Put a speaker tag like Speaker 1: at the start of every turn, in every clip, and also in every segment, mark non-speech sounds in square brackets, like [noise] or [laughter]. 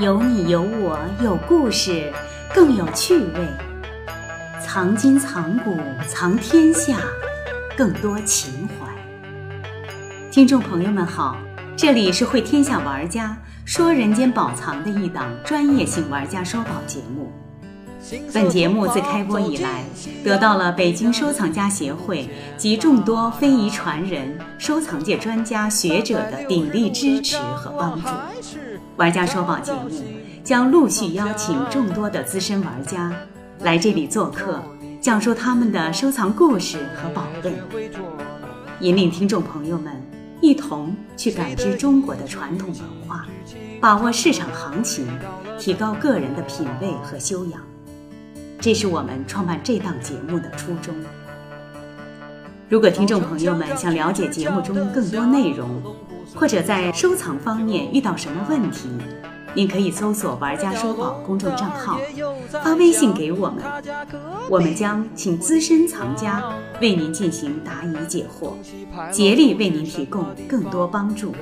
Speaker 1: 有你有我有故事，更有趣味；藏今藏古藏天下，更多情怀。听众朋友们好，这里是会天下玩家说人间宝藏的一档专业性玩家收宝节目。本节目自开播以来，得到了北京收藏家协会及众多非遗传人、收藏界专家学者的鼎力支持和帮助。玩家说宝节目将陆续邀请众多的资深玩家来这里做客，讲述他们的收藏故事和宝贝，引领听众朋友们一同去感知中国的传统文化，把握市场行情，提高个人的品味和修养。这是我们创办这档节目的初衷。如果听众朋友们想了解节目中更多内容，或者在收藏方面遇到什么问题，您可以搜索“玩家说宝”公众账号，发微信给我们，我们将请资深藏家为您进行答疑解惑，竭力为您提供更多帮助。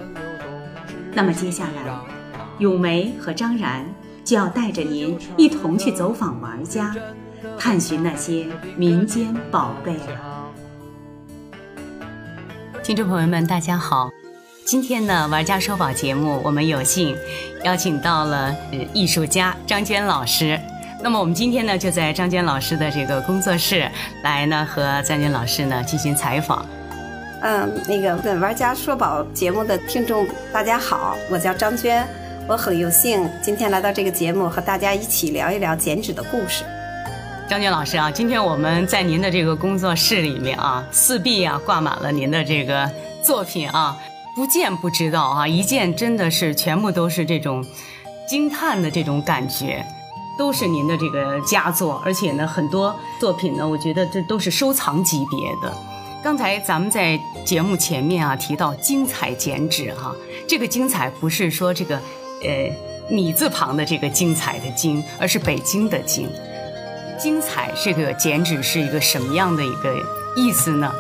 Speaker 1: 那么接下来，咏梅和张然就要带着您一同去走访玩家，探寻那些民间宝贝了。听众朋友们，大家好。今天呢，玩家说宝节目，我们有幸邀请到了呃艺术家张娟老师。那么我们今天呢，就在张娟老师的这个工作室来呢，和张娟老师呢进行采访。
Speaker 2: 嗯，那个本玩家说宝节目的听众大家好，我叫张娟，我很有幸今天来到这个节目，和大家一起聊一聊剪纸的故事。
Speaker 1: 张娟老师啊，今天我们在您的这个工作室里面啊，四壁啊挂满了您的这个作品啊。不见不知道啊，一见真的是全部都是这种惊叹的这种感觉，都是您的这个佳作，而且呢，很多作品呢，我觉得这都是收藏级别的。刚才咱们在节目前面啊提到精彩剪纸哈、啊，这个精彩不是说这个呃米字旁的这个精彩的精，而是北京的京。精彩这个剪纸是一个什么样的一个意思呢？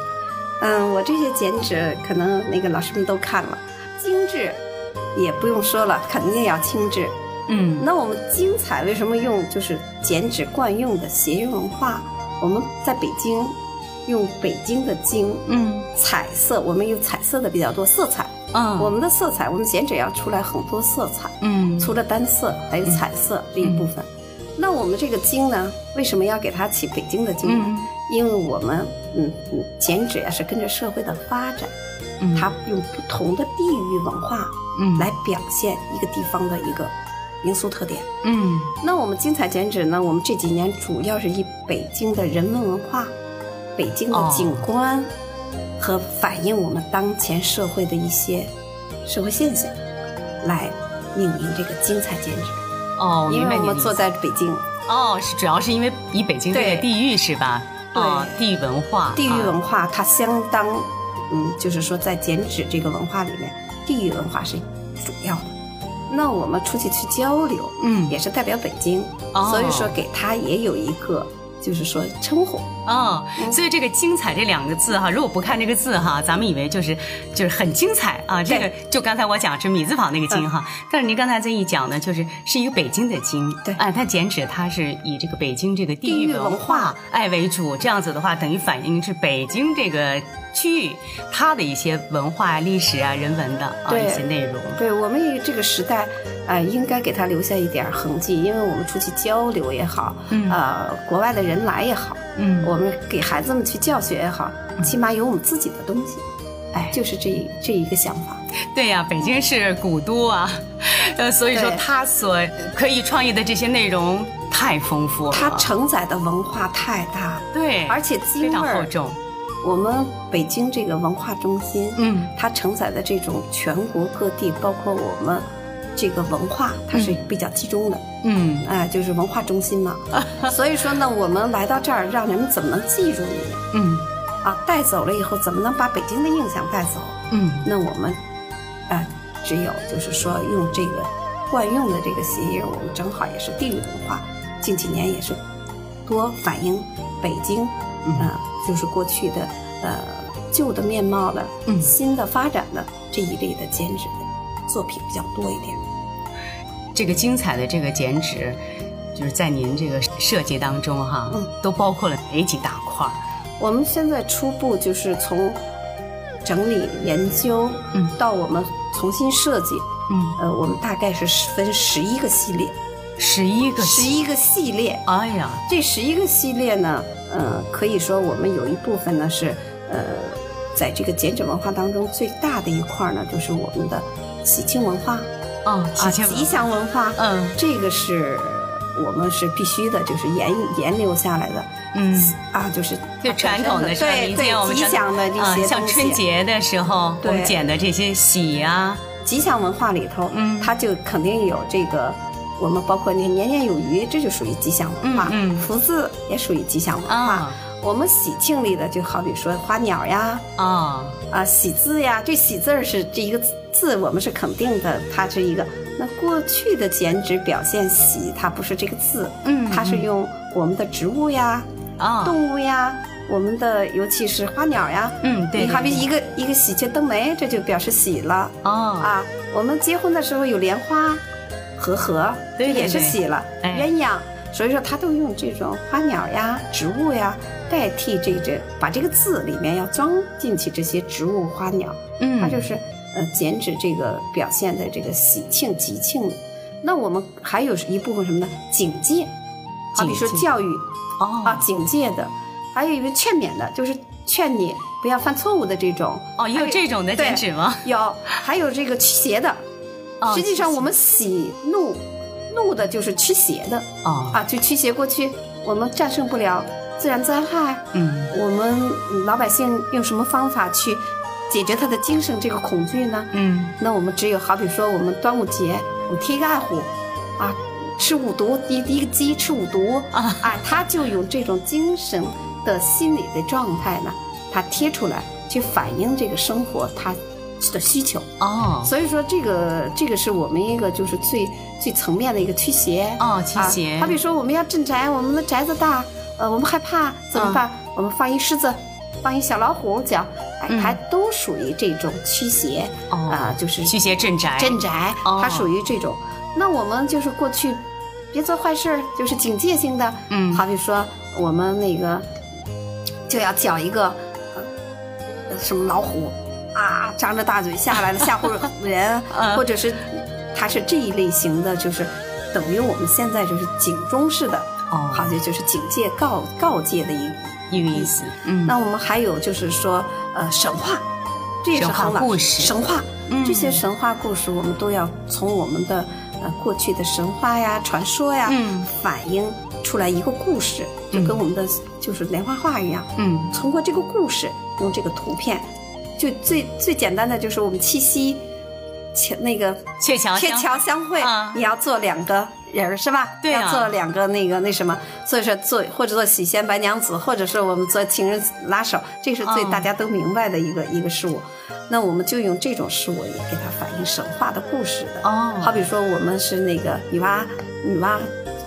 Speaker 2: 嗯，我这些剪纸可能那个老师们都看了，精致也不用说了，肯定要精致。
Speaker 1: 嗯，
Speaker 2: 那我们精彩为什么用就是剪纸惯用的谐音文化？我们在北京用北京的京，
Speaker 1: 嗯，
Speaker 2: 彩色我们用彩色的比较多，色彩。
Speaker 1: 嗯，
Speaker 2: 我们的色彩，我们剪纸要出来很多色彩。
Speaker 1: 嗯，
Speaker 2: 除了单色，还有彩色这一部分。嗯、那我们这个京呢，为什么要给它起北京的京呢？
Speaker 1: 嗯
Speaker 2: 因为我们，嗯嗯，剪纸呀是跟着社会的发展，
Speaker 1: 嗯，
Speaker 2: 它用不同的地域文化，
Speaker 1: 嗯，
Speaker 2: 来表现一个地方的一个民俗特点，
Speaker 1: 嗯。
Speaker 2: 那我们精彩剪纸呢，我们这几年主要是以北京的人文文化、北京
Speaker 1: 哦
Speaker 2: 的景观和反映我们当前社会的一些社会现象，来命名这个精彩剪纸。
Speaker 1: 哦，
Speaker 2: 因
Speaker 1: 明白
Speaker 2: 为我
Speaker 1: 你的
Speaker 2: 们
Speaker 1: 意
Speaker 2: 坐
Speaker 1: 思
Speaker 2: 在北京，
Speaker 1: 哦，是主要是因为以北京这
Speaker 2: 对
Speaker 1: 个地域是吧？
Speaker 2: 对
Speaker 1: 哦，地域文化，
Speaker 2: 地域文
Speaker 1: 啊，
Speaker 2: 化它相当，嗯，就是说在剪纸这个文化里面，地域文化是主要的。那我们出去去交流，
Speaker 1: 嗯
Speaker 2: 也是代表北京，
Speaker 1: 哦
Speaker 2: 所以说给它也有一个就是说称呼。
Speaker 1: 哦，所以这个“精彩”这两个字哈，如果不看这个字哈，咱们以为就是就是很精彩啊。这个就刚才我讲是米字旁那个“精”哈，但是您刚才这一讲呢，就是是一个北京的“京”，
Speaker 2: 对
Speaker 1: 哎，它剪纸它是以这个北京这个
Speaker 2: 地
Speaker 1: 地域
Speaker 2: 域文
Speaker 1: 文
Speaker 2: 化
Speaker 1: 化哎为主，这样子的话，等于反映是北京这个区域它的一些文化、历史啊、人文的啊
Speaker 2: 对
Speaker 1: 一些内容。
Speaker 2: 对我们也这个时代，呃，应该给它留下一点儿痕迹，因为我们出去交流也好，
Speaker 1: 嗯
Speaker 2: 呃，国外的人来也好，
Speaker 1: 嗯
Speaker 2: 我们给孩子们去教学也好，起码有我们自己的东西，哎，就是这这一个想法。
Speaker 1: 对呀、北京是古都啊，呃，所以说
Speaker 2: 对
Speaker 1: 它所可以创意的这些内容太丰富了，
Speaker 2: 它承载的文化太大了。
Speaker 1: 对，
Speaker 2: 而且滋
Speaker 1: 非
Speaker 2: 味
Speaker 1: 常厚
Speaker 2: 儿，
Speaker 1: 重，
Speaker 2: 我们北京这个文化中心，
Speaker 1: 嗯
Speaker 2: 它承载的这种全国各地，包括我们这个文化，它是比较集中的，
Speaker 1: 嗯
Speaker 2: 哎，就是文化中
Speaker 1: [laughs]
Speaker 2: 心嘛。所以说呢，我们来到这儿，让人们怎么能记住你呢
Speaker 1: 嗯
Speaker 2: 啊？带走了以后，怎么能把北京的印象带走？
Speaker 1: 嗯，
Speaker 2: 那我们，啊、只有就是说用这个惯用的这个谐音，我们正好也是地域文化，近几年也是多反映北京，
Speaker 1: 嗯
Speaker 2: 啊、就是过去的呃旧的面貌的，
Speaker 1: 嗯
Speaker 2: 新的发展的这一类的剪纸的作品比较多一点。
Speaker 1: 这个精彩的这个剪纸，就是在您这个设计当中哈，
Speaker 2: 嗯
Speaker 1: 都包括了哪几大块儿？
Speaker 2: 我们现在初步就是从整理研究，
Speaker 1: 嗯
Speaker 2: 到我们重新设计，
Speaker 1: 嗯，
Speaker 2: 呃，我们大概是十分十一个系列，
Speaker 1: 十一个，
Speaker 2: 十，一个系列。
Speaker 1: 哎呀，
Speaker 2: 这十一个系列呢，呃，可以说我们有一部分呢是，呃，在这个剪纸文化当中最大的一块呢，就是我们的喜庆文化
Speaker 1: 哦，几
Speaker 2: 啊
Speaker 1: 千，
Speaker 2: 吉祥文化，
Speaker 1: 嗯
Speaker 2: 这个是我们是必须的，就是沿沿流下来的。
Speaker 1: 嗯，
Speaker 2: 啊，就是
Speaker 1: 就传统的，像
Speaker 2: 对
Speaker 1: 民间我
Speaker 2: 对
Speaker 1: 们
Speaker 2: 吉
Speaker 1: 传
Speaker 2: 祥的这
Speaker 1: 啊
Speaker 2: 些、，
Speaker 1: 像春，节的时候我
Speaker 2: 对
Speaker 1: 们剪的这些喜啊，
Speaker 2: 吉祥文化里头，
Speaker 1: 嗯
Speaker 2: 它就肯定有这个，我们包括那个年年有余，这就属于吉祥文化，
Speaker 1: 嗯嗯
Speaker 2: 福字也属于吉祥文化。
Speaker 1: 啊
Speaker 2: 我们喜庆里的，就好比说花鸟呀，
Speaker 1: 啊，
Speaker 2: 啊喜字呀，这喜字儿是这一个字，我们是肯定的，它是一个。那过去的剪纸表现喜，它不是这个字，
Speaker 1: 嗯
Speaker 2: 它是用我们的植物呀、
Speaker 1: 啊，
Speaker 2: 动物呀，我们的尤其是花鸟呀，
Speaker 1: 嗯，对，
Speaker 2: 你好比
Speaker 1: 对
Speaker 2: 一个一个喜鹊登梅，这就表示喜了
Speaker 1: 哦，
Speaker 2: 啊。我们结婚的时候有莲花、和合，
Speaker 1: 对
Speaker 2: 这
Speaker 1: 对
Speaker 2: 也是
Speaker 1: 对
Speaker 2: 喜了。
Speaker 1: 哎
Speaker 2: 鸳鸯，所以说他都用这种花鸟呀、植物呀代替这这，把这个字里面要装进去这些植物、花鸟，
Speaker 1: 嗯，
Speaker 2: 它就是呃减脂这个表现的这个喜庆、吉庆。那我们还有一部分什么呢？警戒，好比说
Speaker 1: 警戒
Speaker 2: 教育，啊
Speaker 1: 哦，
Speaker 2: 警戒的，还有一个劝勉的，就是劝你不要犯错误的这种。
Speaker 1: 哦，也有这种的
Speaker 2: 对
Speaker 1: 剪纸吗？
Speaker 2: 有，还有这个驱邪的。
Speaker 1: 哦
Speaker 2: 实际上，我们喜怒，怒的就是驱邪的
Speaker 1: 哦，
Speaker 2: 啊，就驱邪。过去我们战胜不了自然灾害，
Speaker 1: 嗯
Speaker 2: 我们老百姓用什么方法去解决他的精神这个恐惧呢？
Speaker 1: 嗯
Speaker 2: 那我们只有好比说，我们端午节，我们贴一个艾虎，啊，吃五毒，一一个鸡吃五毒，
Speaker 1: 啊
Speaker 2: 哎，他就有这种精神的心理的状态呢，他贴出来去反映这个生活他的需求。
Speaker 1: 哦
Speaker 2: 所以说，这个这个是我们一个就是最最层面的一个驱邪。
Speaker 1: 哦，驱邪，
Speaker 2: 啊，好比说我们要镇宅，我们的宅子大，呃，我们害怕怎么办？我们放一狮子，放一小老虎脚，哎，
Speaker 1: 嗯
Speaker 2: 它都属于这种驱邪
Speaker 1: 哦
Speaker 2: 啊、就是
Speaker 1: 驱邪镇宅，
Speaker 2: 镇宅，
Speaker 1: 哦
Speaker 2: 它属于这种。那我们就是过去别做坏事儿，就是警戒性的，
Speaker 1: 嗯
Speaker 2: 好比说我们那个就要绞一个呃什么老虎啊，张着大嘴下来了吓唬人，
Speaker 1: [laughs] 嗯
Speaker 2: 或者是它是这一类型的，就是等于我们现在就是警钟式的，
Speaker 1: 哦
Speaker 2: 好像就是警戒告告诫的一
Speaker 1: 一个意思，嗯，
Speaker 2: 那我们还有就是说，呃，神话，这也是
Speaker 1: 神话
Speaker 2: 很老
Speaker 1: 故事
Speaker 2: 神话，
Speaker 1: 嗯
Speaker 2: 这些神话故事我们都要从我们的呃过去的神话呀、传说呀，
Speaker 1: 嗯
Speaker 2: 反映出来一个故事，就跟我们的就是莲花画一样，
Speaker 1: 嗯
Speaker 2: 通过这个故事，用这个图片，就最最简单的就是我们七夕，前那个
Speaker 1: 鹊桥
Speaker 2: 鹊
Speaker 1: 相
Speaker 2: 桥相会
Speaker 1: 啊，
Speaker 2: 你要做两个人儿是吧？
Speaker 1: 对啊
Speaker 2: 要做两个那个那什么，所以说做或者做喜仙白娘子，或者是我们做情人拉手，这是最
Speaker 1: 嗯
Speaker 2: 大家都明白的一个、一个事物。那我们就用这种事物也给它反映神话的故事的。
Speaker 1: 哦，
Speaker 2: 好比说我们是那个女娲，女娲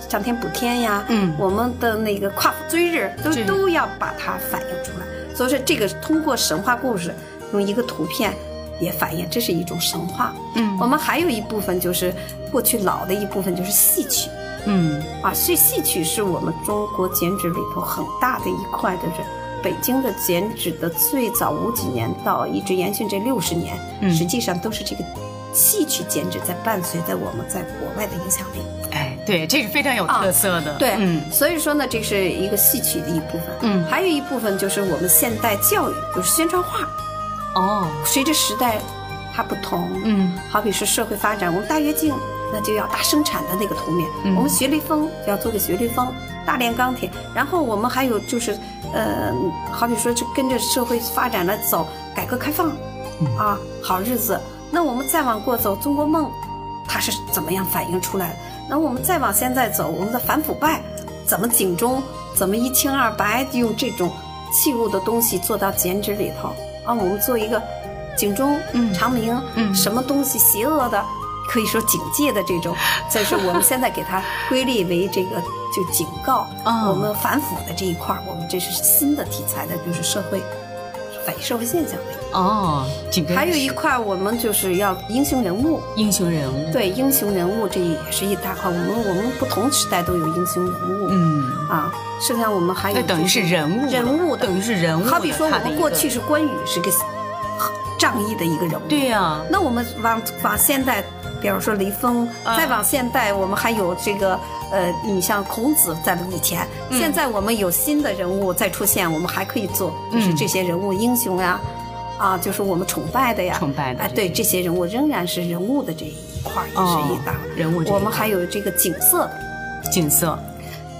Speaker 2: 上天补天呀，
Speaker 1: 嗯
Speaker 2: 我们的那个夸父追日都
Speaker 1: 追日
Speaker 2: 都要把它反映出来。所以说，这个通过神话故事，用一个图片也反映，这是一种神话。
Speaker 1: 嗯
Speaker 2: 我们还有一部分就是过去老的一部分就是戏曲
Speaker 1: 嗯
Speaker 2: 啊，所以戏曲是我们中国剪纸里头很大的一块，就是北京的剪纸的最早五几年到一直延续这六十年，
Speaker 1: 嗯
Speaker 2: 实际上都是这个戏曲剪纸在伴随着我们在国外的影响力。
Speaker 1: 哎，对，这是非常有
Speaker 2: 啊
Speaker 1: 特色的，
Speaker 2: 对，
Speaker 1: 嗯
Speaker 2: 所以说呢，这是一个戏曲的一部分。
Speaker 1: 嗯
Speaker 2: 还有一部分就是我们现代教育，就是宣传画，
Speaker 1: 哦，
Speaker 2: 随着时代它不同，
Speaker 1: 嗯
Speaker 2: 好比是社会发展，我们大跃进，那就要大生产的那个图面；
Speaker 1: 嗯
Speaker 2: 我们学历风就要做个学历风，大炼钢铁。然后我们还有就是，呃，好比说是跟着社会发展了走，改革开放，
Speaker 1: 嗯
Speaker 2: 啊，好日子。那我们再往过走，中国梦，它是怎么样反映出来的？那我们再往现在走，我们的反腐败怎么警钟，怎么一清二白，用这种器物的东西做到剪纸里头啊，我们做一个警钟，
Speaker 1: 嗯
Speaker 2: 长明，
Speaker 1: 嗯
Speaker 2: 什么东西邪恶的，可以说警戒的这
Speaker 1: [laughs]
Speaker 2: 种，所以说我们现在给它归类为这个就警告，
Speaker 1: 哦
Speaker 2: 我们反腐的这一块儿，我们这是新的题材的，就是社会反映社会现象的。
Speaker 1: 哦，紧跟
Speaker 2: 嗯还有一块，我们就是要英雄人物。
Speaker 1: 英雄人物，
Speaker 2: 对英雄人物，这也是一大块。我们我们不同时代都有英雄人物。
Speaker 1: 嗯
Speaker 2: 啊，剩下我们还有、
Speaker 1: 那等于是人物了，
Speaker 2: 人物的
Speaker 1: 等于是人物的。
Speaker 2: 好比说，我
Speaker 1: 他的
Speaker 2: 们
Speaker 1: 一
Speaker 2: 过
Speaker 1: 个
Speaker 2: 去是关羽是个仗义的一个人物，
Speaker 1: 对啊呀、
Speaker 2: 那我们往往现代，比方说雷锋，
Speaker 1: 啊
Speaker 2: 再往现代，我们还有这个呃，你像孔子在以前，
Speaker 1: 嗯
Speaker 2: 现在我们有新的人物再出现，我们还可以做，就是
Speaker 1: 嗯
Speaker 2: 这些人物英雄呀，啊，就是我们崇拜的呀，
Speaker 1: 崇拜的
Speaker 2: 哎，对这些人物仍然是人物的这一块儿也是
Speaker 1: 哦
Speaker 2: 一大。
Speaker 1: 人物这一块，
Speaker 2: 我们还有这个景色，
Speaker 1: 景色，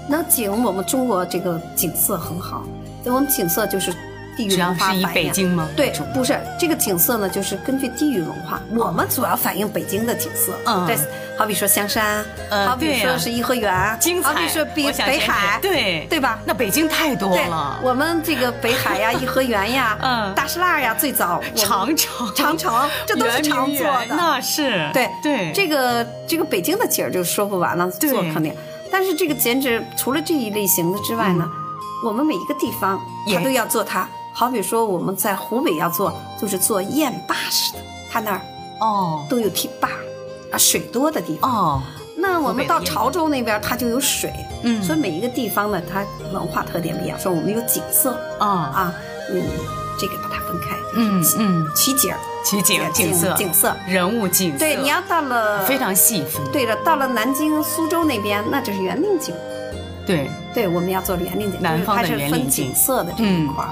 Speaker 2: 那景我们中国这个景色很好，我们景色就是地域
Speaker 1: 只要
Speaker 2: 文化
Speaker 1: 是以
Speaker 2: 反
Speaker 1: 北
Speaker 2: 映
Speaker 1: 京吗？
Speaker 2: 对，不是这个景色呢，就是根据地域文化，我们主要反映北京的景色。
Speaker 1: 嗯
Speaker 2: 对，好比说香山，
Speaker 1: 呃
Speaker 2: 好比
Speaker 1: 对
Speaker 2: 说
Speaker 1: 呀
Speaker 2: 是颐和园，
Speaker 1: 精彩，
Speaker 2: 好比啊说北
Speaker 1: 我想
Speaker 2: 北
Speaker 1: 先是
Speaker 2: 海，
Speaker 1: 对
Speaker 2: 对吧？
Speaker 1: 那北京太多
Speaker 2: 对
Speaker 1: 了，，
Speaker 2: 我们这个北海
Speaker 1: [laughs]
Speaker 2: 呀、颐和园呀、
Speaker 1: 嗯
Speaker 2: 大石栏呀，最早我们
Speaker 1: 长城、
Speaker 2: 长城，这都是
Speaker 1: 圆明
Speaker 2: 常做
Speaker 1: 园
Speaker 2: 的。
Speaker 1: 那是
Speaker 2: 对
Speaker 1: 对，
Speaker 2: 这个这个北京的景儿就说不完了，
Speaker 1: 对
Speaker 2: 做肯定。但是这个剪纸除了这一类型的之外呢，我们每一个地方
Speaker 1: 嗯也
Speaker 2: 它都要做它。好比说我们在湖北要做，就是做雁坝式的，它那儿
Speaker 1: 哦
Speaker 2: 都有堤坝啊，水多的地方。
Speaker 1: 哦，
Speaker 2: 那
Speaker 1: 湖
Speaker 2: 我
Speaker 1: 北
Speaker 2: 们
Speaker 1: 的
Speaker 2: 到
Speaker 1: 雁
Speaker 2: 潮州那边，它就有水。
Speaker 1: 嗯
Speaker 2: 所以每一个地方呢，它文化特点不一样。说我们有景色
Speaker 1: 啊
Speaker 2: 啊，嗯，这个把它分开，
Speaker 1: 嗯嗯，
Speaker 2: 取景儿、
Speaker 1: 取景景色
Speaker 2: 景色。
Speaker 1: 人物景色，
Speaker 2: 对，你要到了
Speaker 1: 非常细分，
Speaker 2: 对了，到了南京、苏州那边，那就是园林景。
Speaker 1: 对
Speaker 2: 对，我们要做园林景，
Speaker 1: 南方的
Speaker 2: 就是它是
Speaker 1: 园林
Speaker 2: 分
Speaker 1: 景
Speaker 2: 景色的这一块儿。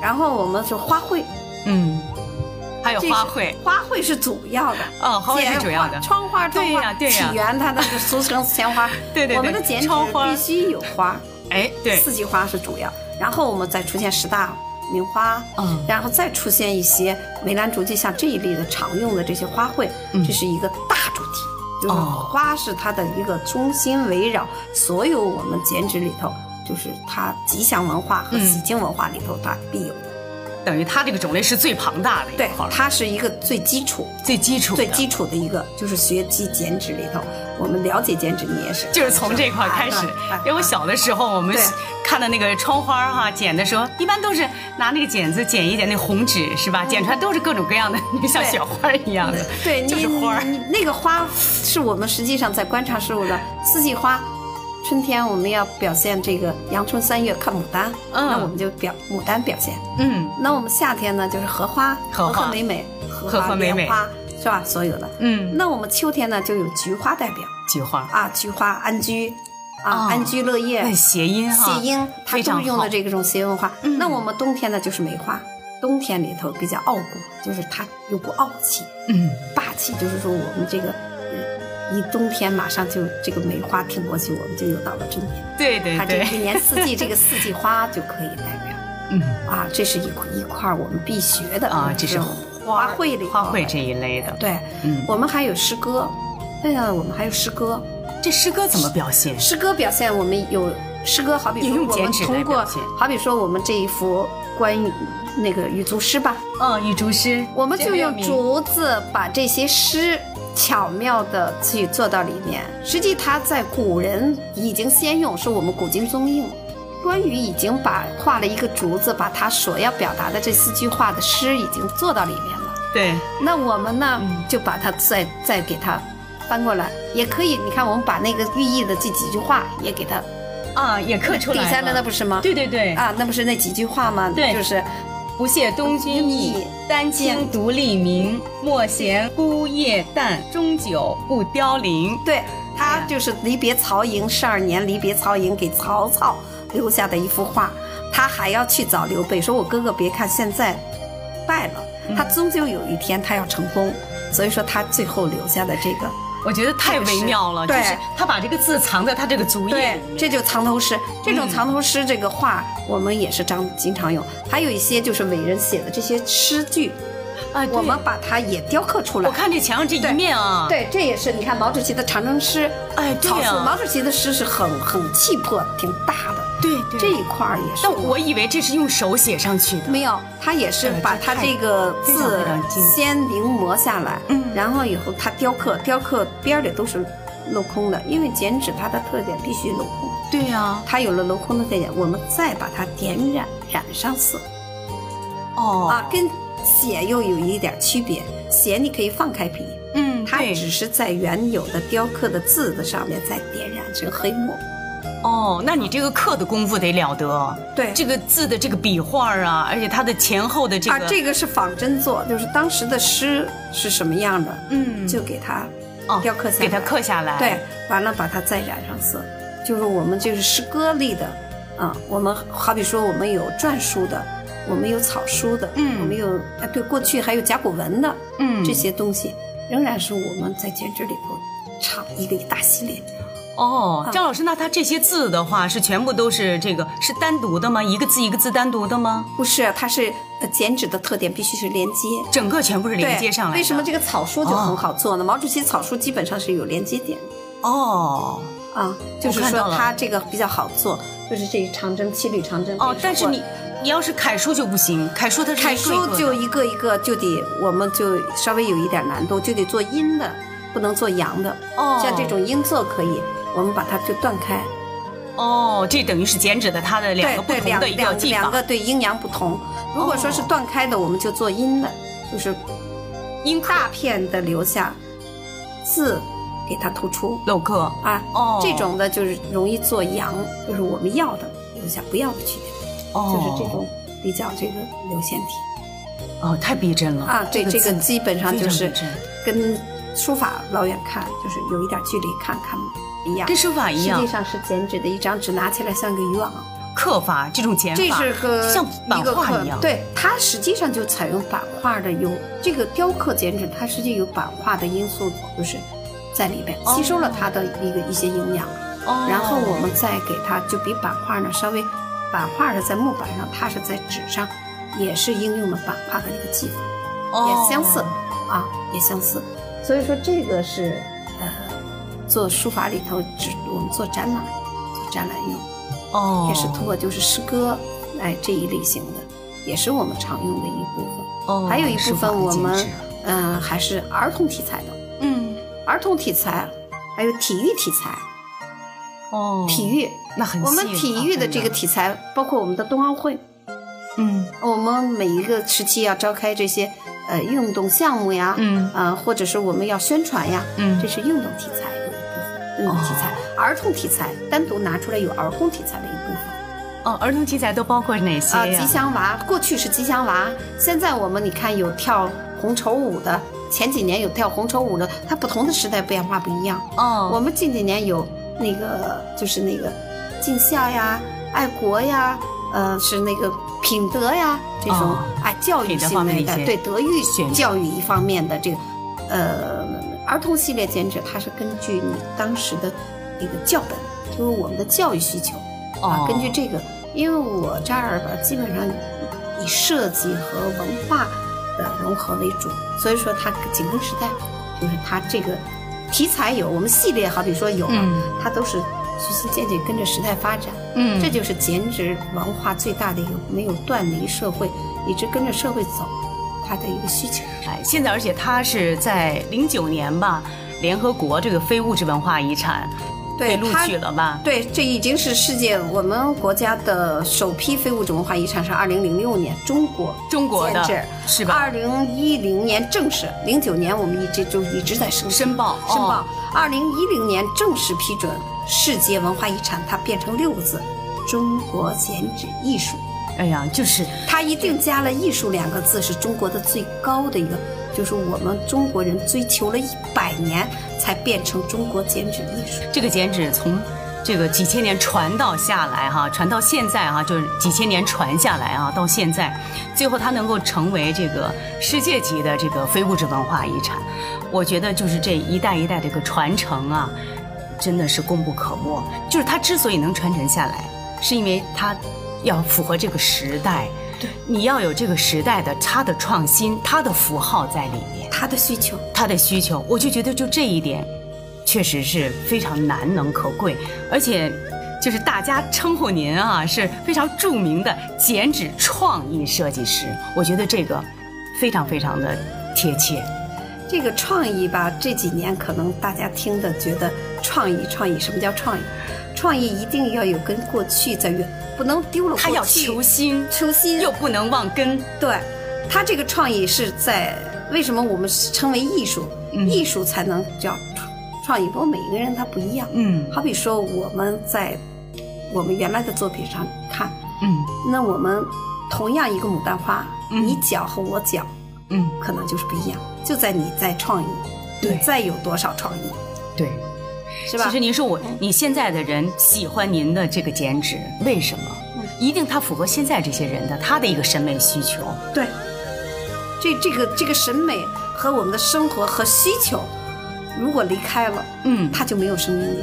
Speaker 2: 然后我们是花卉，
Speaker 1: 嗯，还有
Speaker 2: 这是
Speaker 1: 花卉，
Speaker 2: 花卉是主要的。
Speaker 1: 哦，花卉是主要的
Speaker 2: 剪花，窗花、窗
Speaker 1: 对
Speaker 2: 花
Speaker 1: 呀对呀。
Speaker 2: 起源它的是俗称鲜花
Speaker 1: [laughs] 对对对
Speaker 2: 我们的剪纸
Speaker 1: 窗花
Speaker 2: 必须有花，
Speaker 1: 哎，对，
Speaker 2: 四季花是主要，然后我们再出现十大名花，
Speaker 1: 嗯
Speaker 2: 然后再出现一些梅兰竹菊，像这一类的常用的这些花卉，
Speaker 1: 嗯
Speaker 2: 这是一个大主题，就是
Speaker 1: 哦
Speaker 2: 花是它的一个中心围绕，所有我们剪纸里头，就是它吉祥文化和
Speaker 1: 嗯
Speaker 2: 喜庆文化里头它必有的，
Speaker 1: 等于它这个种类是最庞大的一
Speaker 2: 对
Speaker 1: 块儿，
Speaker 2: 它是一个最基础、
Speaker 1: 最基础的，
Speaker 2: 最基础的一个，就是学习剪纸里头，我们了解剪纸，你也是，
Speaker 1: 就是从这块儿开始
Speaker 2: 啊啊啊，
Speaker 1: 因为我小的时候，我们
Speaker 2: 对
Speaker 1: 看到那个窗花儿哈剪的时候，一般都是拿那个剪子剪一剪那红纸是
Speaker 2: 嗯
Speaker 1: 吧？剪出来都是各种各样的，像
Speaker 2: 对
Speaker 1: 小花儿一样的， [laughs]
Speaker 2: 对，你
Speaker 1: 就是花儿。
Speaker 2: 你那个花是我们实际上在观察事物的四季花。春天我们要表现这个阳春三月看牡丹，
Speaker 1: 嗯
Speaker 2: 那我们就表牡丹表现。
Speaker 1: 嗯
Speaker 2: 那我们夏天呢就是荷花，
Speaker 1: 荷花
Speaker 2: 和美美，荷
Speaker 1: 荷花美美
Speaker 2: 莲花是吧？所有的。
Speaker 1: 嗯，
Speaker 2: 那我们秋天呢就有菊花代表
Speaker 1: 菊花，
Speaker 2: 啊，菊花安居啊，
Speaker 1: 哦
Speaker 2: 安居乐业，
Speaker 1: 那谐音哈，
Speaker 2: 谐音，它
Speaker 1: 非
Speaker 2: 都
Speaker 1: 常
Speaker 2: 是用
Speaker 1: 好
Speaker 2: 的这种谐音文化。
Speaker 1: 嗯
Speaker 2: 那我们冬天呢就是梅花，冬天里头比较傲骨，就是它有股傲气。
Speaker 1: 嗯，
Speaker 2: 霸气，就是说我们这个嗯一冬天马上就这个梅花挺过去，我们就又到了春天。
Speaker 1: 对对
Speaker 2: 它这一
Speaker 1: 对，
Speaker 2: 年四季这个四季花就可以代表
Speaker 1: 嗯
Speaker 2: 啊，这是一块一块我们必学的
Speaker 1: 啊，这是
Speaker 2: 花卉里头
Speaker 1: 花卉这一类的，
Speaker 2: 对，
Speaker 1: 嗯，
Speaker 2: 我们还有诗歌，对呀，我们还有诗歌，
Speaker 1: 这诗歌怎么表现？
Speaker 2: 诗歌表现我们有诗歌，好比
Speaker 1: 也
Speaker 2: 说
Speaker 1: 用
Speaker 2: 我
Speaker 1: 剪
Speaker 2: 们
Speaker 1: 纸
Speaker 2: 通
Speaker 1: 来
Speaker 2: 过
Speaker 1: 表现，
Speaker 2: 好比说我们这一幅关于那个雨族诗吧，
Speaker 1: 嗯，雨竹诗，
Speaker 2: 我们
Speaker 1: 这
Speaker 2: 就
Speaker 1: 很有
Speaker 2: 用
Speaker 1: 名
Speaker 2: 竹子把这些诗巧妙的去做到里面。实际它在古人已经先用，是我们古今中用。关羽已经把画了一个竹子，把他所要表达的这四句话的诗已经做到里面了。
Speaker 1: 对，
Speaker 2: 那我们呢，
Speaker 1: 嗯
Speaker 2: 就把它再再给它翻过来，也可以。你看，我们把那个寓意的这几句话也给它
Speaker 1: 啊，也刻出来
Speaker 2: 底
Speaker 1: 了，
Speaker 2: 下的那不是吗？
Speaker 1: 对对对，
Speaker 2: 啊，那不是那几句话吗？
Speaker 1: 对
Speaker 2: 就是
Speaker 1: 不屑东君意，嗯丹青独立名。莫嫌孤夜淡，终究不凋零。
Speaker 2: 对
Speaker 1: 哎
Speaker 2: 他
Speaker 1: 呀
Speaker 2: 就是离别曹营十二年，离别曹营给曹操留下的一幅画。他还要去找刘备，说我哥哥别看现在败了，
Speaker 1: 嗯
Speaker 2: 他终究有一天他要成功。所以说他最后留下的这个，
Speaker 1: 我觉得太微妙了，就
Speaker 2: 对
Speaker 1: 是他把这个字藏在他这个竹叶里面。
Speaker 2: 这就是藏头诗。这种
Speaker 1: 嗯
Speaker 2: 藏头诗这个画，我们也是常经常用。还有一些就是伟人写的这些诗句，
Speaker 1: 啊，对
Speaker 2: 我们把它也雕刻出来
Speaker 1: 我。看这墙上这一面啊，，
Speaker 2: 对，这也是你看毛主席的长征诗，
Speaker 1: 哎，对
Speaker 2: 草书。毛
Speaker 1: 啊，
Speaker 2: 主席的诗是很很气魄，挺大的。
Speaker 1: 对对。
Speaker 2: 这一块儿也是。
Speaker 1: 但我以为这是用手写上去的，
Speaker 2: 没有，他也是
Speaker 1: 哎
Speaker 2: 把
Speaker 1: 这
Speaker 2: 他
Speaker 1: 太
Speaker 2: 这个
Speaker 1: 非常
Speaker 2: 字
Speaker 1: 非常精
Speaker 2: 先临摹下来，
Speaker 1: 嗯
Speaker 2: 然后以后他雕刻，雕刻边儿里都是镂空的，因为剪纸它的特点必须镂空，
Speaker 1: 对啊呀、
Speaker 2: 它有了镂空的特点，我们再把它点染染上色，
Speaker 3: 哦
Speaker 2: 啊，跟写又有一点区别。写你可以放开笔，
Speaker 1: 嗯，
Speaker 2: 它
Speaker 1: 对
Speaker 2: 只是在原有的雕刻的字的上面再点染成黑墨。
Speaker 1: 哦，那你这个刻的功夫得了得，
Speaker 2: 对
Speaker 1: 这个字的这个笔画啊，而且它的前后的这
Speaker 2: 啊
Speaker 1: 个，，
Speaker 2: 这个是仿真做，就是当时的诗是什么样的，
Speaker 1: 嗯，
Speaker 2: 就给它
Speaker 1: 哦
Speaker 2: 雕刻下来，
Speaker 1: 给它刻下来，
Speaker 2: 对，，完了把它再染上色，就是我们就是诗歌里的，啊、我们好比说我们有篆书的，我们有草书的，
Speaker 1: 嗯
Speaker 2: 我们有啊对，过去还有甲骨文的，
Speaker 1: 嗯，
Speaker 2: 这些东西仍然是我们在剪纸里头唱一个一大系列，
Speaker 1: 哦
Speaker 2: 啊，
Speaker 1: 张老师，那它这些字的话是全部都是这个是单独的吗？一个字一个字单独的吗？
Speaker 2: 不是，它是呃剪纸的特点必须是连接。
Speaker 1: 整个全部是
Speaker 2: 对
Speaker 1: 连接上来的？哦
Speaker 2: 为什么这
Speaker 1: 个？
Speaker 2: 个草书就很好做呢？毛主席草书基本上是有连接点的
Speaker 1: 哦
Speaker 2: 啊，就是
Speaker 1: 我看
Speaker 2: 说
Speaker 1: 到了
Speaker 2: 它这个比较好做，就是这一长征七律长征
Speaker 1: 哦
Speaker 2: 这，
Speaker 1: 但是
Speaker 2: 过
Speaker 1: 你你要是楷书就不行，楷书它是
Speaker 2: 楷
Speaker 1: 一个一
Speaker 2: 书
Speaker 1: 个的
Speaker 2: 就一个一个就得，我们就稍微有一点难度，就得做阴的，不能做阳的。
Speaker 1: 哦
Speaker 2: 像这种阴仄可以，我们把它就断开。
Speaker 1: 哦，这等于是剪纸的它的两个不
Speaker 2: 对对，
Speaker 1: 同
Speaker 2: 两
Speaker 1: 的一个
Speaker 2: 两
Speaker 1: 技
Speaker 2: 两
Speaker 1: 法，
Speaker 2: 个对阴阳不同。如果说是断开的，我们就做阴的，就是
Speaker 1: 阴刻
Speaker 2: 大片的留下字，给它突出
Speaker 1: 镂刻。
Speaker 2: 啊。
Speaker 1: 哦
Speaker 2: 这种的就是容易做阳，就是我们要的留下，不要的去掉，
Speaker 1: 哦，
Speaker 2: 就是这种比较这个流线体。
Speaker 1: 哦，太逼真了
Speaker 2: 啊，对，这个
Speaker 1: 字
Speaker 2: 基本上
Speaker 1: 非
Speaker 2: 就
Speaker 1: 常
Speaker 2: 是
Speaker 1: 逼真
Speaker 2: 跟书法老远看，就是有一点距离看看一样
Speaker 1: 跟。书法一
Speaker 2: 实
Speaker 1: 样
Speaker 2: 际，上是剪纸的一张纸，拿起来像个渔网，
Speaker 1: 刻法这种剪法，
Speaker 2: 这是个
Speaker 1: 像版
Speaker 2: 一个
Speaker 1: 画
Speaker 2: 刻
Speaker 1: 一样。，
Speaker 2: 对，它实际上就采用版画的有这个雕刻剪纸，它实际有版画的因素，就是在里边
Speaker 1: 哦
Speaker 2: 吸收了它的一个一些营养，
Speaker 1: 哦、
Speaker 2: 然后我们再给它就比版画呢稍微，版画是在木板上，它是在纸上，也是应用了版画的一个技法。
Speaker 1: 哦
Speaker 2: 也相似、啊，也相似。所以说这个是呃，做书法里头只我们做展览，做展览用、
Speaker 1: 哦，
Speaker 2: 也是通过就是诗歌哎这一类型的，也是我们常用的一部分。
Speaker 1: 哦，
Speaker 2: 还有一
Speaker 1: 书
Speaker 2: 部
Speaker 1: 法的
Speaker 2: 分我
Speaker 1: 剪
Speaker 2: 们
Speaker 1: 纸
Speaker 2: 嗯、呃还是儿童题材的，
Speaker 1: 嗯
Speaker 2: 儿童题材还有体育题材，
Speaker 1: 哦
Speaker 2: 体育。
Speaker 1: 那很
Speaker 2: 我们
Speaker 1: 细
Speaker 2: 体育的这个嗯
Speaker 1: 啊
Speaker 2: 题材，包括我们的冬奥会，
Speaker 1: 真的
Speaker 2: 我们每一个时期要召开这些呃运动项目呀，
Speaker 1: 嗯
Speaker 2: 呃，或者是我们要宣传呀，
Speaker 1: 嗯哦
Speaker 2: 这是运动题材的一部分，运动题材、儿童题材单独拿出来有儿童题材的一部分
Speaker 1: 嗯哦，儿童题材都包括哪些
Speaker 2: 啊，
Speaker 1: 呀
Speaker 2: 吉祥娃，过去是吉祥娃，现在我们你看有跳红绸舞的，前几年有跳红绸舞的，它不同的时代变化不一样，
Speaker 1: 哦，
Speaker 2: 我们近几年有那个就是那个尽孝呀、爱国呀，呃，是那个品德呀这种
Speaker 1: 哦
Speaker 2: 哎教育
Speaker 1: 品德
Speaker 2: 性
Speaker 1: 方面
Speaker 2: 的
Speaker 1: 的
Speaker 2: 一
Speaker 1: 一些
Speaker 2: 个对德育
Speaker 1: 宣传
Speaker 2: 教育一方面的这个呃儿童系列剪纸，它是根据你当时的那个教本，就是我们的教育需求
Speaker 1: 哦，
Speaker 2: 啊根据这个，因为我这儿吧基本上以设计和文化的融合为主，所以说它紧跟时代，就是它这个题材有，我们系列好比说有，
Speaker 1: 嗯
Speaker 2: 它都是循序渐进跟着时代发展，
Speaker 1: 嗯
Speaker 2: 这就是剪纸文化最大的一个没有断离社会，一直跟着社会走，它的一个需求。
Speaker 1: 哎，现在而且它是在零九年吧，联合国这个非物质文化遗产被录
Speaker 2: 它
Speaker 1: 取了吧？
Speaker 2: 对，这已经是世界我们国家的首批非物质文化遗产，是二零零六年中国
Speaker 1: 中国的
Speaker 2: 建
Speaker 1: 是
Speaker 2: 制，二
Speaker 1: 吧？
Speaker 2: 零一零年正式，零九年我们一直就一直在申
Speaker 1: 申报
Speaker 2: 申报
Speaker 1: 哦，
Speaker 2: 二零一零年正式批准世界文化遗产，它变成六个字：中国剪纸艺术。
Speaker 1: 哎呀，就是
Speaker 2: 它一定加了“艺术”两个字，是中国的最高的一个，就是我们中国人追求了一百年才变成中国剪纸艺术。
Speaker 1: 这个剪纸从这个几千年传到下来哈、传到现在哈、就是几千年传下来啊，到现在，最后它能够成为这个世界级的这个非物质文化遗产，我觉得就是这一代一代这个传承啊，真的是功不可没。就是它之所以能传承下来，是因为它要符合这个时代，对，你要有这个时代的它的创新，它的符号在里面。
Speaker 2: 它的需求，
Speaker 1: 他的需求，我就觉得就这一点，确实是非常难能可贵，而且就是大家称呼您啊是非常著名的剪纸创意设计师，我觉得这个非常非常的贴切。
Speaker 2: 这个创意吧，这几年可能大家听的觉得创意，创意，什么叫创意？创意一定要有跟过去在原不能丢了过去。
Speaker 1: 他要求新，
Speaker 2: 求新
Speaker 1: 又不能忘根。
Speaker 2: 对，他这个创意是在为什么我们称为艺术？
Speaker 1: 嗯
Speaker 2: 艺术才能叫创创意，不过每一个人他不一样。
Speaker 1: 嗯
Speaker 2: 好比说我们在我们原来的作品上看，
Speaker 1: 嗯
Speaker 2: 那我们同样一个牡丹花，
Speaker 1: 嗯
Speaker 2: 你搅和我搅，
Speaker 1: 嗯，
Speaker 2: 可能就是不一样，就在你在创意，
Speaker 1: 对
Speaker 2: 你再有多少创意，
Speaker 1: 对。
Speaker 2: 是吧
Speaker 1: 其实？您说我，你现在的人喜欢您的这个剪纸，为什么？一定他符合现在这些人的他的一个审美需求。
Speaker 2: 对，这这个这个审美和我们的生活和需求，如果离开了，
Speaker 1: 嗯，
Speaker 2: 它就没有生命力。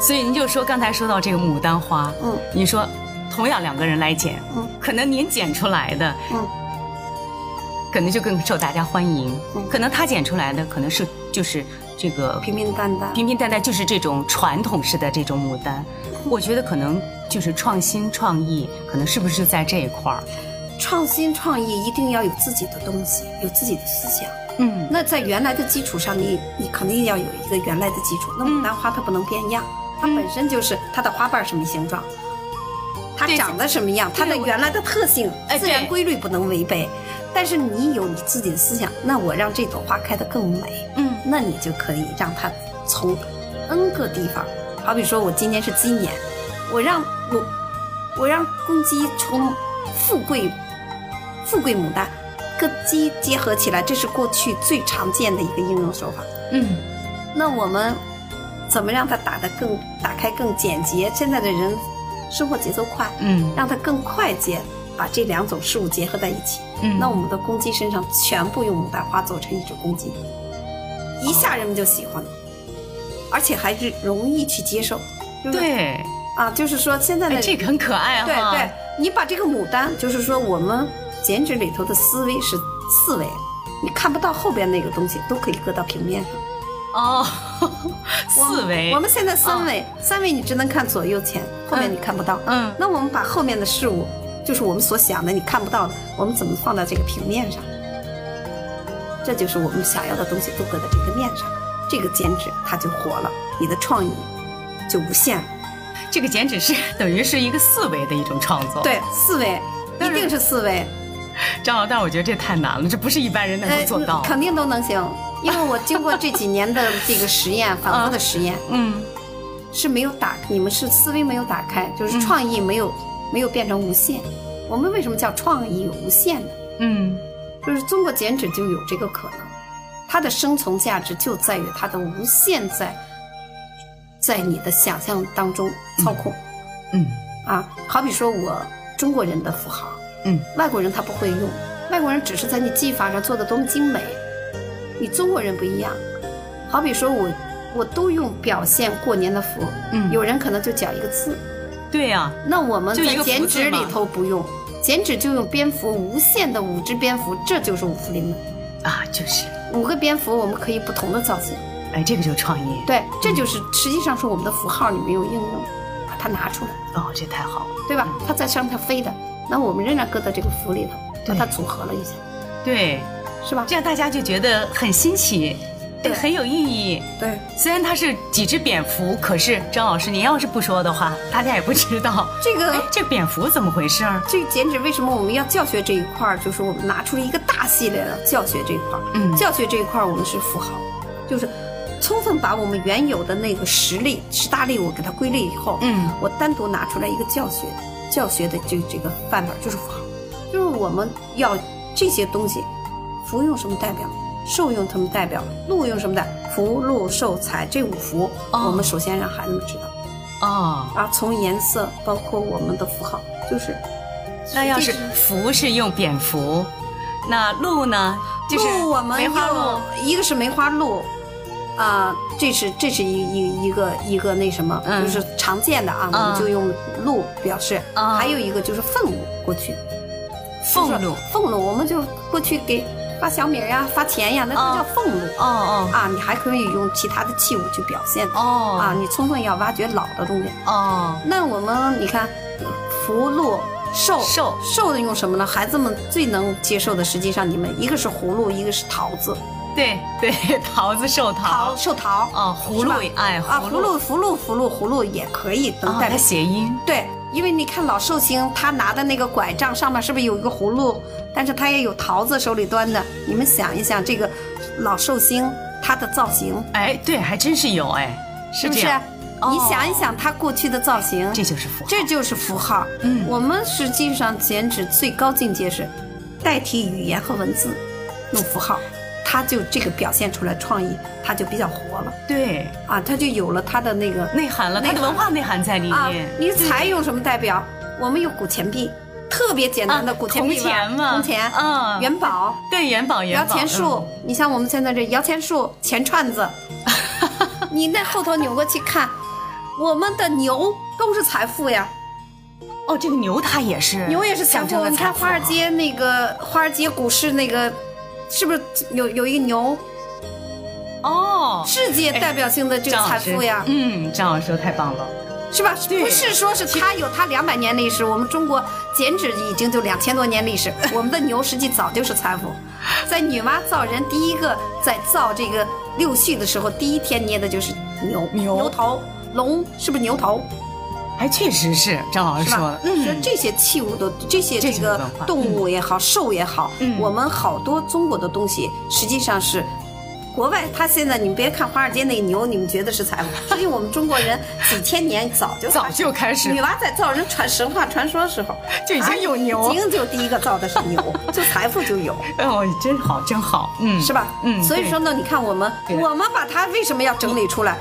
Speaker 1: 所以您就说刚才说到这个牡丹花，
Speaker 2: 嗯
Speaker 1: 你说同样两个人来剪，
Speaker 2: 嗯
Speaker 1: 可能您剪出来的，
Speaker 2: 嗯
Speaker 1: 可能就更受大家欢迎，
Speaker 2: 嗯
Speaker 1: 可能他剪出来的可能是就是这个
Speaker 2: 平平淡淡。
Speaker 1: 平平淡淡，就是这种传统式的这种牡丹，
Speaker 2: 嗯
Speaker 1: 我觉得可能就是创新创意，可能是不是就在这一块儿？
Speaker 2: 创新创意一定要有自己的东西，有自己的思想。
Speaker 1: 嗯，
Speaker 2: 那在原来的基础上，你你肯定要有一个原来的基础。那牡丹
Speaker 1: 嗯
Speaker 2: 花它不能变样，它本身就是它的花瓣什么形状，它
Speaker 1: 对
Speaker 2: 长得什么样，它的
Speaker 1: 我
Speaker 2: 原来的特性
Speaker 1: 哎、
Speaker 2: 自然
Speaker 1: 对
Speaker 2: 规律不能违背。但是你有你自己的思想，那我让这朵花开得更美，
Speaker 1: 嗯，
Speaker 2: 那你就可以让它从 N 个地方，好比说我今年是鸡年，我让我我让公鸡从富贵富贵牡丹跟鸡结合起来，这是过去最常见的一个应用手法。
Speaker 1: 嗯，
Speaker 2: 那我们怎么让它打得更打开更简洁？现在的人生活节奏快，
Speaker 1: 嗯，
Speaker 2: 让它更快捷，把这两种事物结合在一起。
Speaker 1: 嗯
Speaker 2: 那我们的公鸡身上全部用牡丹花做成一只公鸡，
Speaker 1: 哦
Speaker 2: 一下人们就喜欢了，而且还是容易去接受。就是
Speaker 1: 对，
Speaker 2: 啊，就是说现在的
Speaker 1: 哎，这个很可爱
Speaker 2: 对
Speaker 1: 哈。
Speaker 2: 对，你把这个牡丹，就是说我们剪纸里头的思维是四维，你看不到后边那个东西，都可以搁到平面上。
Speaker 1: 哦， [laughs]
Speaker 2: 我们
Speaker 1: 四维，啊
Speaker 2: 我们现在三维，三维你只能看左右前，后面
Speaker 1: 嗯
Speaker 2: 你看不到。
Speaker 1: 嗯
Speaker 2: 那我们把后面的事物，就是我们所想的你看不到的，我们怎么放到这个平面上？这就是我们想要的东西都搁在这个面上，这个剪纸它就活了，你的创意就无限了。
Speaker 1: 这个剪纸是 [laughs] 等于是一个四维的一种创作。，
Speaker 2: 对，四维一
Speaker 1: 哦但是
Speaker 2: 定是四维。
Speaker 1: 张老，但我觉得这太难了，这不是一般人
Speaker 2: 哎
Speaker 1: 能够做到。
Speaker 2: 呃肯定都
Speaker 1: [laughs]
Speaker 2: 能行，因为我经过这几年的这个实验，反复的实验
Speaker 1: 嗯
Speaker 2: 是没有打，你们是思维没有打开，就是
Speaker 1: 嗯
Speaker 2: 创意没有、没有变成无限。我们为什么叫创意有无限呢？
Speaker 1: 嗯
Speaker 2: 就是中国剪纸就有这个可能，它的生存价值就在于它的无限在，在你的想象当中操控、
Speaker 1: 嗯
Speaker 2: 啊。好比说我中国人的符号，
Speaker 1: 嗯，
Speaker 2: 外国人他不会用，外国人只是在你技法上做的多么精美，你中国人不一样。好比说我，我都用表现过年的福，
Speaker 1: 嗯
Speaker 2: 有人可能就绞一个字，
Speaker 1: 对啊呀、
Speaker 2: 那我们
Speaker 1: 就一
Speaker 2: 在
Speaker 1: 个福
Speaker 2: 剪
Speaker 1: 字
Speaker 2: 纸
Speaker 1: 嘛
Speaker 2: 里头不用，剪纸就用蝙蝠无限的五只蝙蝠，这就是五福临门。
Speaker 1: 啊，就是，
Speaker 2: 五个蝙蝠我们可以不同的造型，
Speaker 1: 哎，这个就是创意。
Speaker 2: 对，这就是实际上是我们的符号你没有应用，把它拿出来，
Speaker 1: 哦，这太好了。
Speaker 2: 对吧？它在上头飞的，那我们仍然搁到这个符里头，把
Speaker 1: 对
Speaker 2: 它组合了一下，
Speaker 1: 对，
Speaker 2: 是吧
Speaker 1: 这？样大家就觉得很新奇，
Speaker 2: 对
Speaker 1: 哎很有意义。
Speaker 2: 对，
Speaker 1: 虽然它是几只蝙蝠，可是张老师，您要是不说的话，大家也不知道。
Speaker 2: [laughs] 这个
Speaker 1: 哎，这蝙蝠怎么回事儿？
Speaker 2: 这个剪纸为什么我们要教学这一块儿？就是我们拿出了一个大系列的教学这一块儿。
Speaker 1: 嗯
Speaker 2: 教学这一块儿我们是符号，就是充分把我们原有的那个实力、十大力我给它归类以后，
Speaker 1: 嗯，
Speaker 2: 我单独拿出来一个教学，教学的这这个范本就是符号，就是我们要这些东西，福用什么代表，寿用什么代表，禄用什么代表，福禄寿财这五福，
Speaker 1: 哦
Speaker 2: 我们首先让孩子们知道。
Speaker 1: 哦，
Speaker 2: 啊，从颜色，包括我们的符号，就是。
Speaker 1: 那要
Speaker 2: 这
Speaker 1: 是蝠是用蝙蝠，那鹿呢？就是
Speaker 2: 鹿我们
Speaker 1: 梅花鹿。
Speaker 2: 用一个是梅花鹿，啊、这是这是一一一个一个那什么，
Speaker 1: 嗯
Speaker 2: 就是常见的啊，
Speaker 1: 嗯
Speaker 2: 我们就用鹿表示。
Speaker 1: 嗯
Speaker 2: 还有一个就是凤鹿，过去
Speaker 1: 凤鹿
Speaker 2: 就是凤鹿我们就过去给发小米儿呀、发钱呀，那
Speaker 1: 嗯
Speaker 2: 都叫凤鹿、
Speaker 1: 哦哦
Speaker 2: 啊。你还可以用其他的器物去表现、
Speaker 1: 哦
Speaker 2: 啊，你充分要挖掘老的东西。
Speaker 1: 哦，
Speaker 2: 那我们你看，福禄寿
Speaker 1: 寿
Speaker 2: 寿的用什么呢？孩子们最能接受的，实际上你们一个是葫芦，一个是桃子，
Speaker 1: 对对，桃子寿桃。
Speaker 2: 寿桃
Speaker 1: 哦，葫芦
Speaker 2: 是吧
Speaker 1: 哎，
Speaker 2: 啊，葫芦葫芦葫芦葫芦也可以
Speaker 1: 哦
Speaker 2: 等，代
Speaker 1: 它
Speaker 2: 表
Speaker 1: 谐音。
Speaker 2: 对，因为你看老寿星他拿的那个拐杖上面是不是有一个葫芦？但是他也有桃子手里端的。你们想一想，这个老寿星他的造型，
Speaker 1: 哎，对，还真是有哎，
Speaker 2: 是不
Speaker 1: 这
Speaker 2: 是
Speaker 1: 样？哦
Speaker 2: 你想一想他过去的造型，
Speaker 1: 这就是符号，
Speaker 2: 这就是符号。
Speaker 1: 嗯
Speaker 2: 我们实际上剪纸最高境界是代替语言和文字，用符号，它就这个表现出来创意，它就比较活了
Speaker 1: 对
Speaker 2: 啊，它就有了它的那个
Speaker 1: 内涵了，它的文化内涵在里
Speaker 2: 啊
Speaker 1: 面。。
Speaker 2: 你财用什么代表？我们有古钱币，特别简单的
Speaker 1: 啊
Speaker 2: 古钱币吧，
Speaker 1: 铜钱嘛
Speaker 2: 铜钱，
Speaker 1: 嗯
Speaker 2: 元宝。嗯
Speaker 1: 对元宝元
Speaker 2: 摇
Speaker 1: 宝
Speaker 2: 钱树，你像我们现在这摇钱树、钱串 [laughs] 子，你那后头扭过去看，我们的牛都是财富呀，
Speaker 1: 嗯哦，这个牛它也是
Speaker 2: 牛也是财
Speaker 1: 象
Speaker 2: 富。啊
Speaker 1: 征
Speaker 2: 我
Speaker 1: 着
Speaker 2: 们
Speaker 1: 财
Speaker 2: 看
Speaker 1: 富
Speaker 2: 华尔街那个华尔街股市那个，是不是有有一个牛？
Speaker 1: 哦，
Speaker 2: 世界代表性的这个
Speaker 1: 张老
Speaker 2: 财
Speaker 1: 师
Speaker 2: 富呀，
Speaker 1: 嗯，张老师说太棒了，
Speaker 2: 是吧？
Speaker 1: 对
Speaker 2: 不是说是它有它两百年历史，我们中国剪纸已经就两千多年历
Speaker 1: [laughs]
Speaker 2: 史，我们的牛实际早就是财富。在女娲造人第一个在造这个六畜的时候，第一天捏的就是牛
Speaker 1: 牛
Speaker 2: 头龙，是不是牛头？
Speaker 1: 还确实是张老师
Speaker 2: 是吧？
Speaker 1: 说的，
Speaker 2: 所以这些器物的这些
Speaker 1: 这
Speaker 2: 这
Speaker 1: 些
Speaker 2: 个
Speaker 1: 文化
Speaker 2: 动物也好，兽也好，
Speaker 1: 嗯
Speaker 2: 我们好多中国的东西实际上是。国外，它现在你们别看华尔街那个牛，你们觉得
Speaker 1: [laughs]
Speaker 2: 是财富，实际我们中国人几千年早就
Speaker 1: 早就开始
Speaker 2: 女娲在造人传神话传说时候
Speaker 1: 就已经有牛
Speaker 2: 已经就第一个造的是
Speaker 1: [laughs]
Speaker 2: 牛，就财富就有，
Speaker 1: 哦，真好，真好，嗯，
Speaker 2: 是吧？
Speaker 1: 嗯，
Speaker 2: 所以说呢，你看我们
Speaker 1: 对
Speaker 2: 我们把它为什么要整理出来？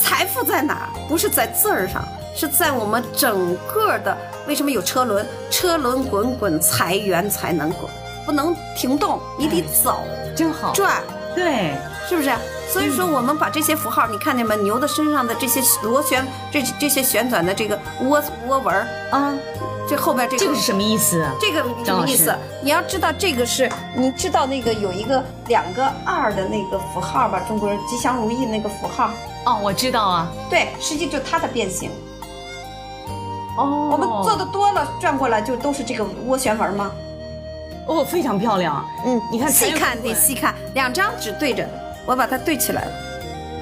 Speaker 2: 财富在哪儿？不是在字儿上，是在我们整个的。为什么有车轮？车轮滚滚，财源才能滚，不能停动，你得走
Speaker 1: 对真好，
Speaker 2: 转，
Speaker 1: 对，
Speaker 2: 是不是？啊所以说，
Speaker 1: 嗯
Speaker 2: 我们把这些符号，你看见没？牛的身上的这些螺旋，这这些旋转的这个涡涡纹儿，
Speaker 1: 啊，
Speaker 2: 这后边这个
Speaker 1: 这个是什么意思？
Speaker 2: 这个什
Speaker 1: 张老
Speaker 2: 么
Speaker 1: 师
Speaker 2: 意思？你要知道这个是，你知道那个有一个两个二的那个符号吧？中国人吉祥如意那个符号，
Speaker 1: 哦，我知道啊，
Speaker 2: 对，实际就是它的变形。
Speaker 1: 哦
Speaker 2: 我们做的多了，转过来就都是这个涡旋纹吗？
Speaker 1: 哦非常漂亮，
Speaker 2: 嗯
Speaker 1: 你看哎
Speaker 2: 细
Speaker 1: 财
Speaker 2: 看
Speaker 1: 源
Speaker 2: 得细看，两张纸对着的，我把它对起来了，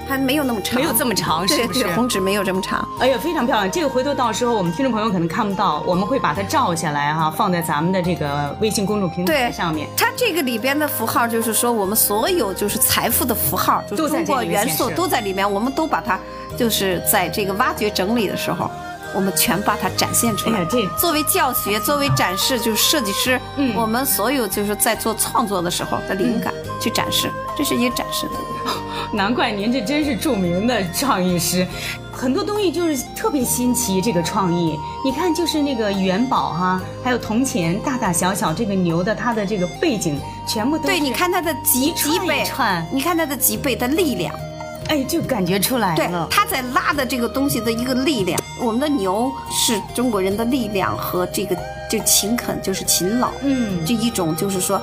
Speaker 2: 还没有那么长，
Speaker 1: 没有这么长，是
Speaker 2: 对
Speaker 1: 不是
Speaker 2: 对，？红纸没有这么长。
Speaker 1: 哎呀，非常漂亮！这个回头到时候我们听众朋友可能看不到，我们会把它照下来哈、放在咱们的这个微信公众平台
Speaker 2: 对
Speaker 1: 上面。
Speaker 2: 它这个里边的符号，就是说我们所有就是财富的符号，就
Speaker 1: 都
Speaker 2: 是
Speaker 1: 在
Speaker 2: 中
Speaker 1: 这
Speaker 2: 国
Speaker 1: 里面
Speaker 2: 元
Speaker 1: 显
Speaker 2: 素
Speaker 1: 示
Speaker 2: 都在里面，我们都把它就是在这个挖掘整理的时候，我们全把它展现出
Speaker 1: 哎
Speaker 2: 来。
Speaker 1: 呀，这
Speaker 2: 作为教学，作为展示，就是设计师，
Speaker 1: 嗯
Speaker 2: 我们所有就是在做创作的时候的灵感去展示，这是一个展示的一个。
Speaker 1: 难怪您这真是著名的创意师，很多东西就是特别新奇。这个创意，你看就是那个元宝哈、还有铜钱，大大小小这个牛的它的这个背景全部都
Speaker 2: 对，
Speaker 1: 是
Speaker 2: 你，看它的脊
Speaker 1: 一串
Speaker 2: 脊背
Speaker 1: 一串，
Speaker 2: 你看它的脊背的力量，
Speaker 1: 哎，就感觉出来
Speaker 2: 对
Speaker 1: 了，。
Speaker 2: 它在拉的这个东西的一个力量。我们的牛是中国人的力量和这个就勤恳，就是勤劳。
Speaker 1: 嗯，
Speaker 2: 这一种就是说，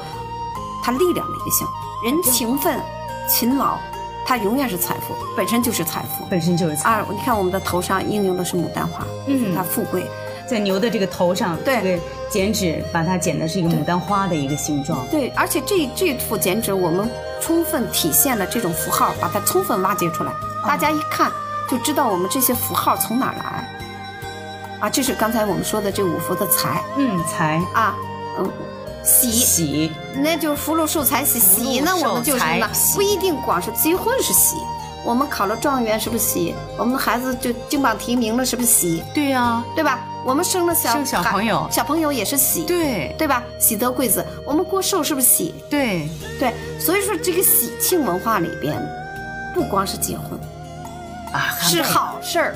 Speaker 2: 他力量的一个性，人勤奋、勤劳，他永远是财富，本身就是财富。
Speaker 1: 本身就是
Speaker 2: 二，你看我们的头上应用的是牡丹花，
Speaker 1: 嗯
Speaker 2: 它富贵。
Speaker 1: 在牛的这个头上，
Speaker 2: 对
Speaker 1: 这个剪纸把它剪的是一个牡丹花的一个形状。
Speaker 2: 对，而且这这幅剪纸，我们充分体现了这种符号，把它充分挖掘出来，大家一看就知道我们这些符号从哪儿来。啊，这是刚才我们说的这五幅的财
Speaker 1: 嗯，才
Speaker 2: 啊，嗯，喜
Speaker 1: 喜
Speaker 2: 那就是福禄寿财喜喜，
Speaker 1: 福禄
Speaker 2: 那
Speaker 1: 寿
Speaker 2: 我们就是什么呢
Speaker 1: 财喜
Speaker 2: 不一定光是结婚是喜，我们考了状元是不是喜？我们的孩子就金榜题名了是不是喜？
Speaker 1: 对呀、
Speaker 2: 对啊吧？我们生了小
Speaker 1: 生小
Speaker 2: 孩
Speaker 1: 朋友
Speaker 2: 小朋友也是喜，
Speaker 1: 对
Speaker 2: 对吧？喜得贵子，我们过寿是不是喜？
Speaker 1: 对，
Speaker 2: 对，所以说这个喜庆文化里边，不光是结婚
Speaker 1: 啊，涵
Speaker 2: 是
Speaker 1: 盖
Speaker 2: 好事儿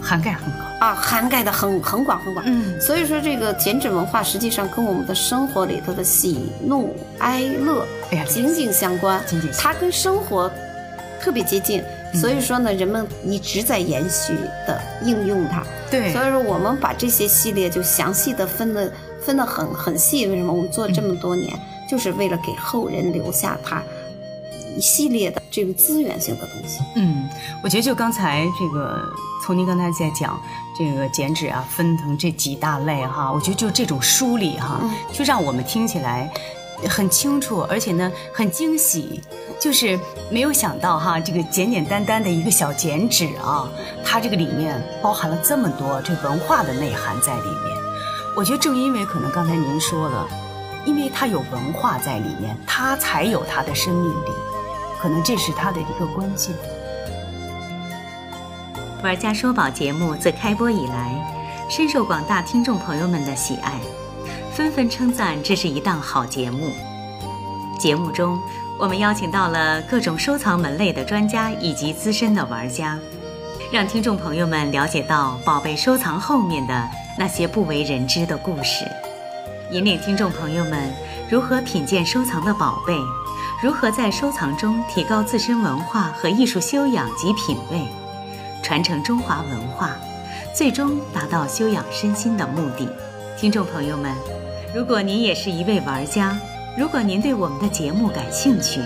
Speaker 1: 涵盖很高。
Speaker 2: 啊，涵盖的很很广很广。
Speaker 1: 嗯
Speaker 2: 所以说，这个剪纸文化实际上跟我们的生活里头的喜怒哀乐
Speaker 1: 哎呀
Speaker 2: 紧紧相关，
Speaker 1: 紧紧相嗯
Speaker 2: 它跟生活特别接近。所以说呢，人们一直在延续的应用它。
Speaker 1: 对
Speaker 2: 所以说我们把这些系列就详细的分的分的很很细。为什么我们做了这么多年，就是为了给后人留下它一系列的这种资源性的东西。
Speaker 1: 嗯，我觉得就刚才这个，从您刚才在讲这个剪纸啊，分成这几大类哈，我觉得就这种梳理哈，就让我们听起来很清楚，而且呢很惊喜，就是没有想到哈，这个简简单单的一个小剪纸啊，它这个里面包含了这么多这文化的内涵在里面。我觉得正因为可能刚才您说了，因为它有文化在里面，它才有它的生命力，可能这是它的一个关键。
Speaker 3: 玩家说宝节目自开播以来，深受广大听众朋友们的喜爱。纷纷称赞这是一档好节目。节目中，我们邀请到了各种收藏门类的专家以及资深的玩家，让听众朋友们了解到宝贝收藏后面的那些不为人知的故事，引领听众朋友们如何品鉴收藏的宝贝，如何在收藏中提高自身文化和艺术修养及品味，传承中华文化，最终达到修养身心的目的。听众朋友们。如果您也是一位玩家，如果您对我们的节目感兴趣，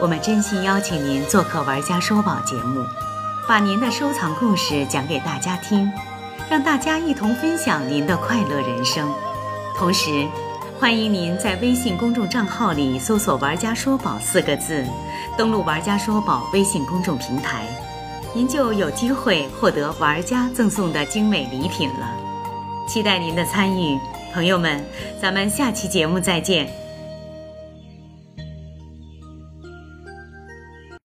Speaker 3: 我们真心邀请您做客《玩家说宝》节目，把您的收藏故事讲给大家听，让大家一同分享您的快乐人生。同时，欢迎您在微信公众账号里搜索“玩家说宝”四个字，登录“玩家说宝”微信公众平台，您就有机会获得玩家赠送的精美礼品了。期待您的参与。朋友们，咱们下期节目再见。